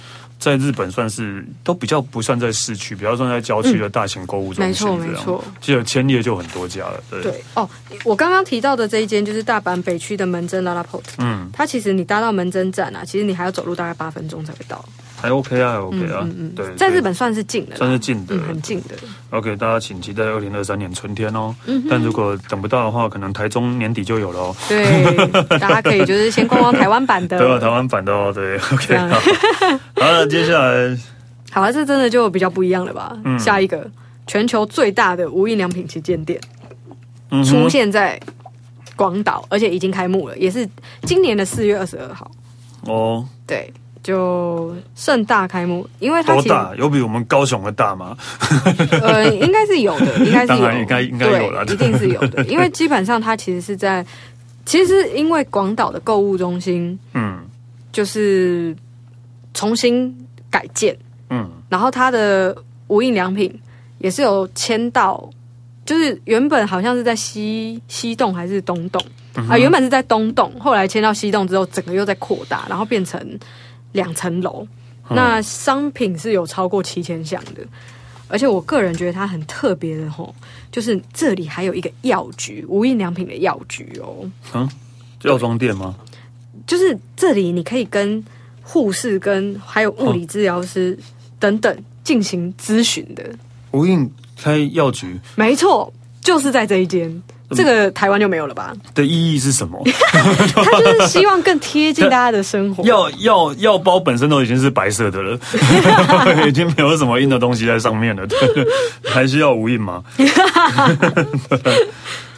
S1: 在日本算是都比较不算在市区，比较算在郊区的大型购物中
S2: 嗯没
S1: 心
S2: 错，
S1: 这
S2: 没
S1: 样。
S2: 错。
S1: 记得千叶就很多家了，对，
S2: 对哦，我刚刚提到的这一间就是大阪北区的门真拉拉 port，
S1: 嗯，
S2: 它其实你搭到门真站啊，其实你还要走路大概八分钟才会到，
S1: 还 OK 啊，还 OK 啊，对，
S2: 嗯在
S1: 对
S2: 日本算是近的啦，
S1: 算是近的
S2: 嗯，很近的。
S1: OK，大家请期待二零二三年春天哦。
S2: 嗯
S1: 但如果等不到的话，可能台中年底就有了哦。
S2: 对，大家可以就是先逛逛台湾版
S1: <laughs>
S2: 的。
S1: 对啊，台湾版的哦，
S2: <laughs>
S1: 对，OK
S2: 这样
S1: 好。好了，接下来
S2: 好啊，这真的就比较不一样了吧？
S1: 嗯
S2: 下一个，全球最大的无印良品旗舰店
S1: 嗯
S2: 出
S1: 哼，
S2: 现在广岛，而且已经开幕了，也是今年的四月二十二号。
S1: 哦，
S2: 对，就盛大开幕，因为它
S1: 多
S2: 其实
S1: 大？有比我们高雄的大吗？
S2: 呃，应该是有
S1: <laughs>
S2: 的，应该是
S1: 当
S2: 有，
S1: 然应该应该有啦
S2: 对一定是有的，因为基本上它其实是在，其实是因为广岛的购物中心
S1: 嗯
S2: 就是重新改建，
S1: 嗯，
S2: 然后它的无印良品也是有迁到，就是原本好像是在西西洞还是东洞、啊，原本是在东洞，后来迁到西洞之后，整个又在扩大，然后变成两层楼。那商品是有超过七千项的，而且我个人觉得它很特别的吼，就是这里还有一个药局，无印良品的药局哦，
S1: 嗯药妆店吗？
S2: 就是这里你可以跟护士、跟还有物理治疗师等等进行咨询的，
S1: 无印开药局
S2: 没错，就是在这一间。这个台湾就没有了吧？
S1: 的意义是什
S2: <laughs>
S1: 么？
S2: 他就是希望更贴近大家的生活。
S1: 药药药包本身都已经是白色
S2: <laughs>
S1: 的了，已经没有什么印的东西在上面了，对还需要无印
S2: <laughs>
S1: 吗？ <laughs>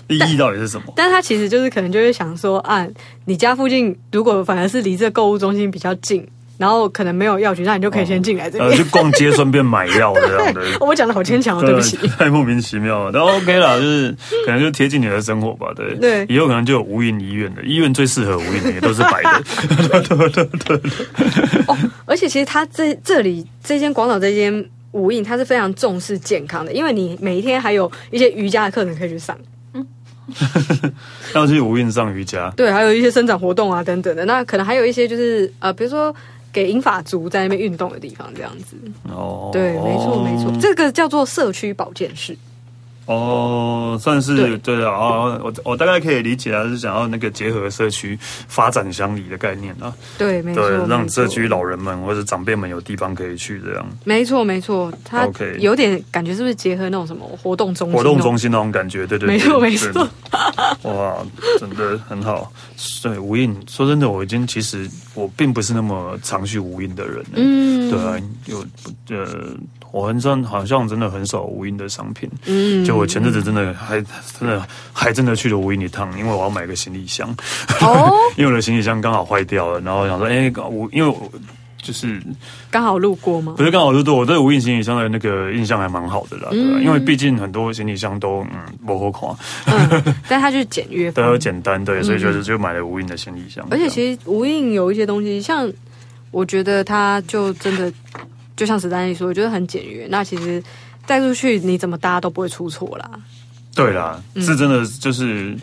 S1: 意义到底是什么？
S2: 但他其实就是可能就会想说，啊，你家附近如果反而是离这购物中心比较近，然后可能没有药局，那你就可以先进来这
S1: 呃，
S2: 边。
S1: 去逛街顺便买
S2: <laughs>
S1: 药这样的。
S2: 哦我讲的好牵强哦，对
S1: <laughs>
S2: 不起。
S1: 太莫名其妙了。但 OK 啦，就是可能就贴近你的生活吧，对。
S2: 对
S1: 以后可能就有无印医院的，医院最适合无印的，也都是白
S2: <laughs>
S1: 的。
S2: 哦，而且其实他这这里这间广岛这间无印，它是非常重视健康的，因为你每一天还有一些瑜伽的课程可以去上，
S1: 要去无印上瑜伽，
S2: 对，还有一些生长活动啊等等的。那可能还有一些就是呃，比如说给银发族在那边运动的地方这样子。
S1: 哦，
S2: 对，没错没错，这个叫做社区保健室。
S1: 哦，算是
S2: 对
S1: 对的哦，我我大概可以理解啊，是想要那个结合社区发展乡里的概念啊，
S2: 对，没错
S1: 对，，让
S2: 没错
S1: 社区老人们或者长辈们有地方可以去这样。
S2: 没错没错，它
S1: OK
S2: 有点感觉是不是结合那种什么活动中心？哦
S1: 活动中。心那种感觉，对对对，
S2: 没错
S1: 对
S2: 没错。
S1: 哇，真的很好。对无印，说真的，我已经其实我并不是那么常去无印的人了。欸
S2: 嗯，
S1: 对啊，有呃，我很少，好像真的很少无印的商品。
S2: 嗯，
S1: 就我前阵子真的还真的还真的去了无印一趟，因为我要买个行李箱，
S2: 哦，
S1: 因为我的行李箱刚好坏掉了，然后我想说，哎、无因为我就是
S2: 刚好路过吗？
S1: 不是刚好就 <laughs> 对我对无印行李箱的那个印象还蛮好的啦，对吧、
S2: 嗯
S1: 因为毕竟很多行李箱都嗯不好
S2: <laughs>
S1: 看，
S2: 嗯，但他就是简约
S1: 都
S2: 风
S1: 有，呃简单对，所以就是就买了无印的行李箱。
S2: 嗯而且
S1: 实
S2: 其实无印有一些东西，像我觉得它就真的就像史丹利说，我觉得很简约。那其实带出去你怎么搭都不会出错啦。
S1: 对啦，
S2: 嗯
S1: 是真的就是。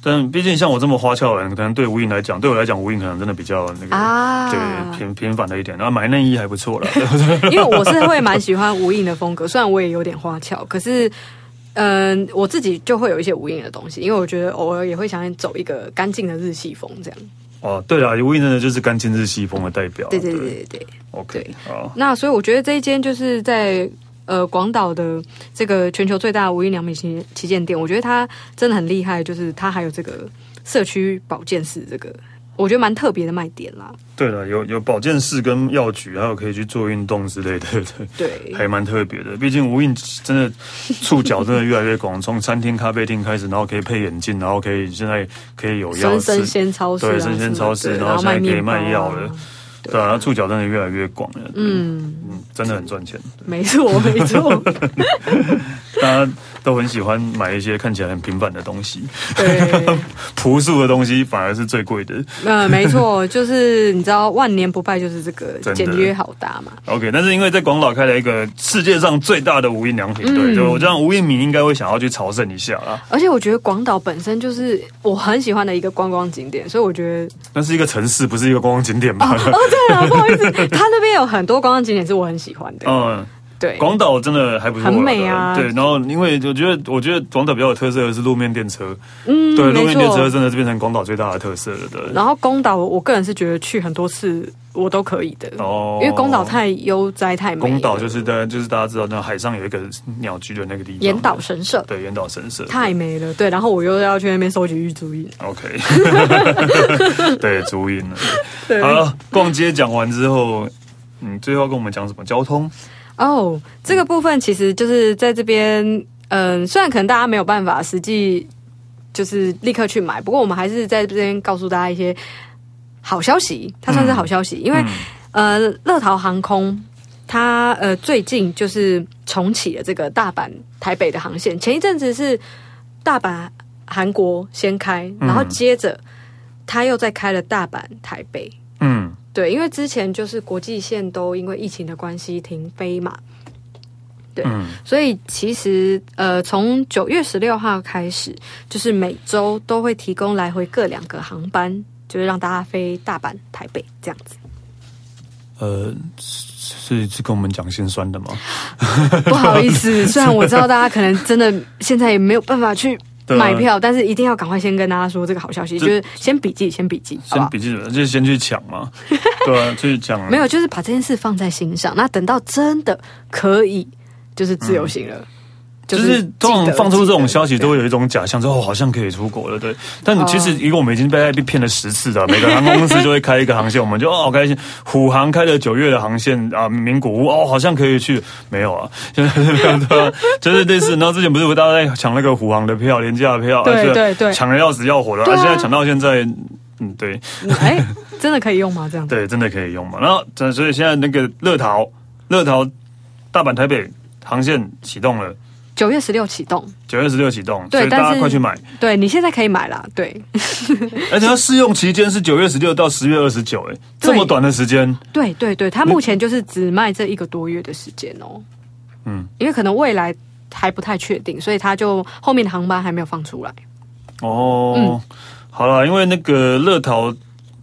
S1: 但毕竟像我这么花俏的人，可能对无印来讲，对我来讲，无印可能真的比较那个，
S2: 啊
S1: 对平平凡了一点。然后买内衣还不错
S2: <laughs>
S1: 啦，
S2: 因为我是会蛮喜欢无印的风格，虽然我也有点花俏，可是。嗯，我自己就会有一些无印的东西，因为我觉得偶尔也会想走一个干净的日系风，这样。
S1: 哦，对啦，无印真的就是干净日系风的代表啦。
S2: 对对对对对。
S1: ，OK，
S2: 对
S1: 好，
S2: 那所以我觉得这一间就是在呃广岛的这个全球最大的无印良品旗旗舰店，我觉得它真的很厉害，就是它还有这个社区保健室，这个我觉得蛮特别的卖点啦。
S1: 对了，有有保健室跟药局，还有可以去做运动之类的， <laughs> 对，
S2: 对，
S1: 还蛮特别的。毕竟无印真的触角真的越来越广， <laughs> 从餐厅、咖啡厅开始，然后可以配眼镜，然后可以现在可以有药
S2: 生生
S1: 吃，
S2: 鲜超市、啊，
S1: 对生鲜超市
S2: 什么的
S1: 然后现在可以卖
S2: 面包啊
S1: 药了对啊，它触角真的越来越广了，嗯
S2: 嗯，
S1: 嗯，真的很赚钱，对
S2: 没错没错，
S1: 大家都很喜欢买一些看起来很平凡的东西，
S2: <laughs> 对，
S1: <laughs> 朴素的东西反而是最贵的。 <laughs>
S2: 呃，没错，就是你知道万年不败就是这个
S1: 真的
S2: 简约好搭嘛，
S1: OK，但是因为在广岛开了一个世界上最大的无印良品，对，就我这样无印迷应该会想要去朝圣一下啦。
S2: 而且我觉得广岛本身就是我很喜欢的一个观光景点，所以我觉得
S1: 那是一个城市，不是一个观光景点吧？
S2: 哦，对 <laughs> 了，不好意思，他那边有很多观光景点是我很喜欢的。
S1: <laughs> 嗯，
S2: 对，
S1: 广岛真的还不错啦，
S2: 很美啊
S1: 对，然后因为我觉得，我觉得广岛比较有特色的是路面电车，
S2: 嗯
S1: 对，路
S2: 没
S1: 面电车
S2: 错。
S1: 真的是变成广岛最大的特色了，对。
S2: 然后宫岛，我个人是觉得去很多次我都可以的，
S1: 哦
S2: 因为宫岛太悠哉太美了。
S1: 宫岛就是大家就是大家知道，那海上有一个鸟居的那个地方，
S2: 岩岛神社，
S1: 对岩岛神社，
S2: 太美了。对，然后我又要去那边收集玉足印。 <laughs>
S1: OK，对，足印了。
S2: 对，
S1: 好了，逛街讲完之后，嗯，最后要跟我们讲什么？交通
S2: 哦，这个部分其实就是在这边，嗯，虽然可能大家没有办法实际就是立刻去买，不过我们还是在这边告诉大家一些好消息，它算是好消息，因为、呃，乐桃航空。它呃最近就是重启了这个大阪台北的航线，前一阵子是大阪韩国先开，然后
S1: 嗯
S2: 接着它又再开了大阪台北，
S1: 嗯，
S2: 对，因为之前就是国际线都因为疫情的关系停飞嘛，对，
S1: 嗯
S2: 所以其实呃，从九月十六号开始，就是每周都会提供来回各两个航班，就是让大家飞大阪、台北这样子。
S1: 呃，是是跟我们讲心酸的吗？
S2: 不好意
S1: <laughs>
S2: 思，虽然我知道大家可能真的现在也没有办法去
S1: 对啊
S2: 买票，但是一定要赶快先跟大家说这个好消息，
S1: 这
S2: 就是先笔记，先笔记，好不
S1: 先
S2: 好？
S1: 笔记本，就是先去抢
S2: <laughs>
S1: 嘛，对啊，去抢
S2: 没有，就是把这件事放在心上。那等到真的可以，就是自由行了。
S1: 嗯就是通
S2: 记
S1: 常
S2: 得
S1: 放出这种消息，
S2: 记得
S1: 都会有一种假象，说哦，好像可以出国了，对。但
S2: 哦
S1: 你其实，因为我们已经被被骗了十次了，每个航空公司就会开一个航线，我们就哦好开心。虎航开了九月的航线啊，名古屋哦，好像可以去，没有啊，就是对啊就是类似。然后之前不是大家在抢那个虎航的票，廉价的票，
S2: 对
S1: 而且
S2: 对对
S1: 抢的啊要死要活的，
S2: 对
S1: 而
S2: 啊
S1: 现在抢到现在，嗯，对
S2: 嗯哎、真的可以用吗？这样
S1: 对，真的可以用嘛。然后这所以现在那个乐桃，乐桃大阪台北航线启动了。
S2: 九月十六启动，
S1: 九月十六启动，
S2: 对
S1: 所以大
S2: 但
S1: 家
S2: 是
S1: 快去买。
S2: 对你现在可以买啦。对
S1: <laughs> 而且它试用期间是九月十六到十月二十九，哎，这么短的时间，
S2: 对对对，它目前就是只卖这一个多月的时间哦。
S1: 嗯，
S2: 因为可能未来还不太确定，所以它就后面的航班还没有
S1: <laughs>
S2: 放出来。嗯
S1: 哦，好啦，因为那个乐桃。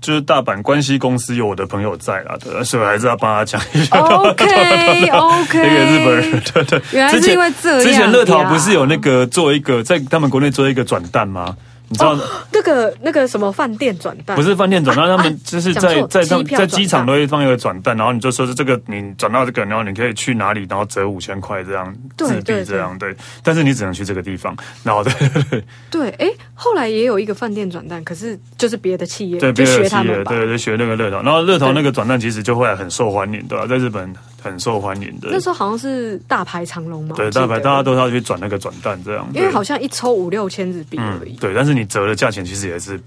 S1: 就是大阪关西公司有我的朋友在啦，对，所以我还是要帮他讲一下。
S2: 哦
S1: <laughs>
S2: OK
S1: 那
S2: OK，
S1: 个日本人， <laughs> 对对，
S2: 原来是
S1: 之前
S2: 因为这样呀
S1: 之前乐桃不是有那个做一个在他们国内做一个转蛋吗？你知道，
S2: 那个那个什么饭店转蛋
S1: 不是饭店转蛋，他们就是在
S2: 讲错
S1: 在他们
S2: 机票
S1: 在机场
S2: 转蛋
S1: 都会放一个转蛋，然后你就说是这个你转到这个，然后你可以去哪里，然后折五千块这样
S2: 对
S1: 自
S2: 对
S1: 币这样对，但是你只能去这个地方，然后 <laughs> 对对对
S2: 对，哎，后来也有一个饭店转蛋，可是就是别的企业，
S1: 对，
S2: 就
S1: 别的
S2: 学
S1: 企
S2: 他
S1: 业
S2: 们吧。
S1: 对对学那个乐桃，然后乐桃
S2: 对
S1: 那个转蛋其实就会很受欢迎，对吧、在日本很受欢迎的
S2: 那，时候好像是大排长龙嘛，
S1: 对
S2: 我记
S1: 大
S2: 得
S1: 牌大家都要去转那个转蛋这样，
S2: 因为
S1: 对嗯
S2: 好像一抽五六千日币而已。
S1: 对，但是你折的价钱其实也是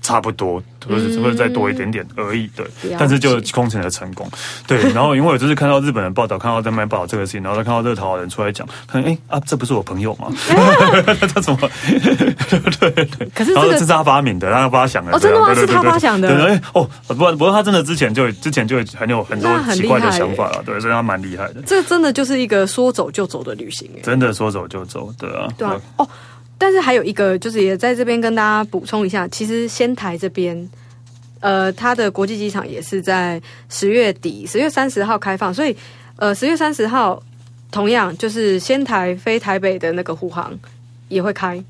S1: 差不多，或者是或者再多一点点而已，对
S2: 嗯了解。
S1: 但是就空前的成功，对。然后因为我就是看到日本人报道，看到丹麦报道这个事情，然后再看到这个讨好人出来讲，看哎、啊，这不是我朋友吗？ <laughs> 他怎
S2: <laughs>
S1: 么？
S2: 可是
S1: 然后
S2: 这
S1: 这是
S2: 个
S1: 他发明的，他发想的。
S2: 哦真的吗
S1: 对对对
S2: 是他发想的
S1: 对对对哦，不过不过他真的之前就之前就很有很
S2: 那
S1: 多
S2: 很
S1: 奇怪
S2: 厉
S1: 的
S2: 害
S1: 想
S2: 耶
S1: 法了，对，所以他蛮厉害的。
S2: 这真的就是一个说走就走的旅行哎、
S1: 真的说走就走，对啊，
S2: 对啊，哦，但是还有一个就是也在这边跟大家补充一下，其实仙台这边，呃，它的国际机场也是在十月底，十月三十号开放，所以呃，十月三十号同样就是仙台飞台北的那个护航也会开，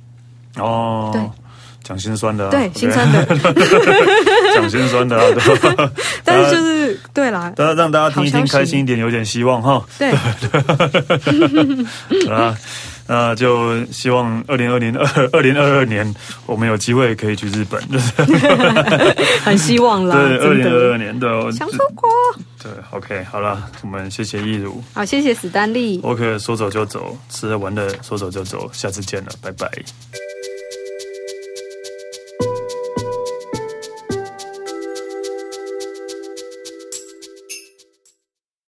S1: 哦，
S2: 对
S1: 讲心酸的啊、
S2: 对，心
S1: <laughs>
S2: 酸的，
S1: 讲心酸的、啊，对啊
S2: 但是就是对啦，
S1: 大家让大家听一
S2: 好消
S1: 听，
S2: 息
S1: 开心一点，有点希望哈
S2: 对，嗯
S1: 啊。那就希望二零二零二二零二二年，我们有机会可以去日本，就是
S2: 很希望啦，
S1: <laughs> 对二
S2: 真
S1: 零二二
S2: 的。
S1: 年的
S2: 想出国，
S1: 对，OK，好了，我们谢谢易如
S2: 好，谢谢史丹利。
S1: ，OK，说走就走，吃了玩的说走就走，下次见了，拜拜。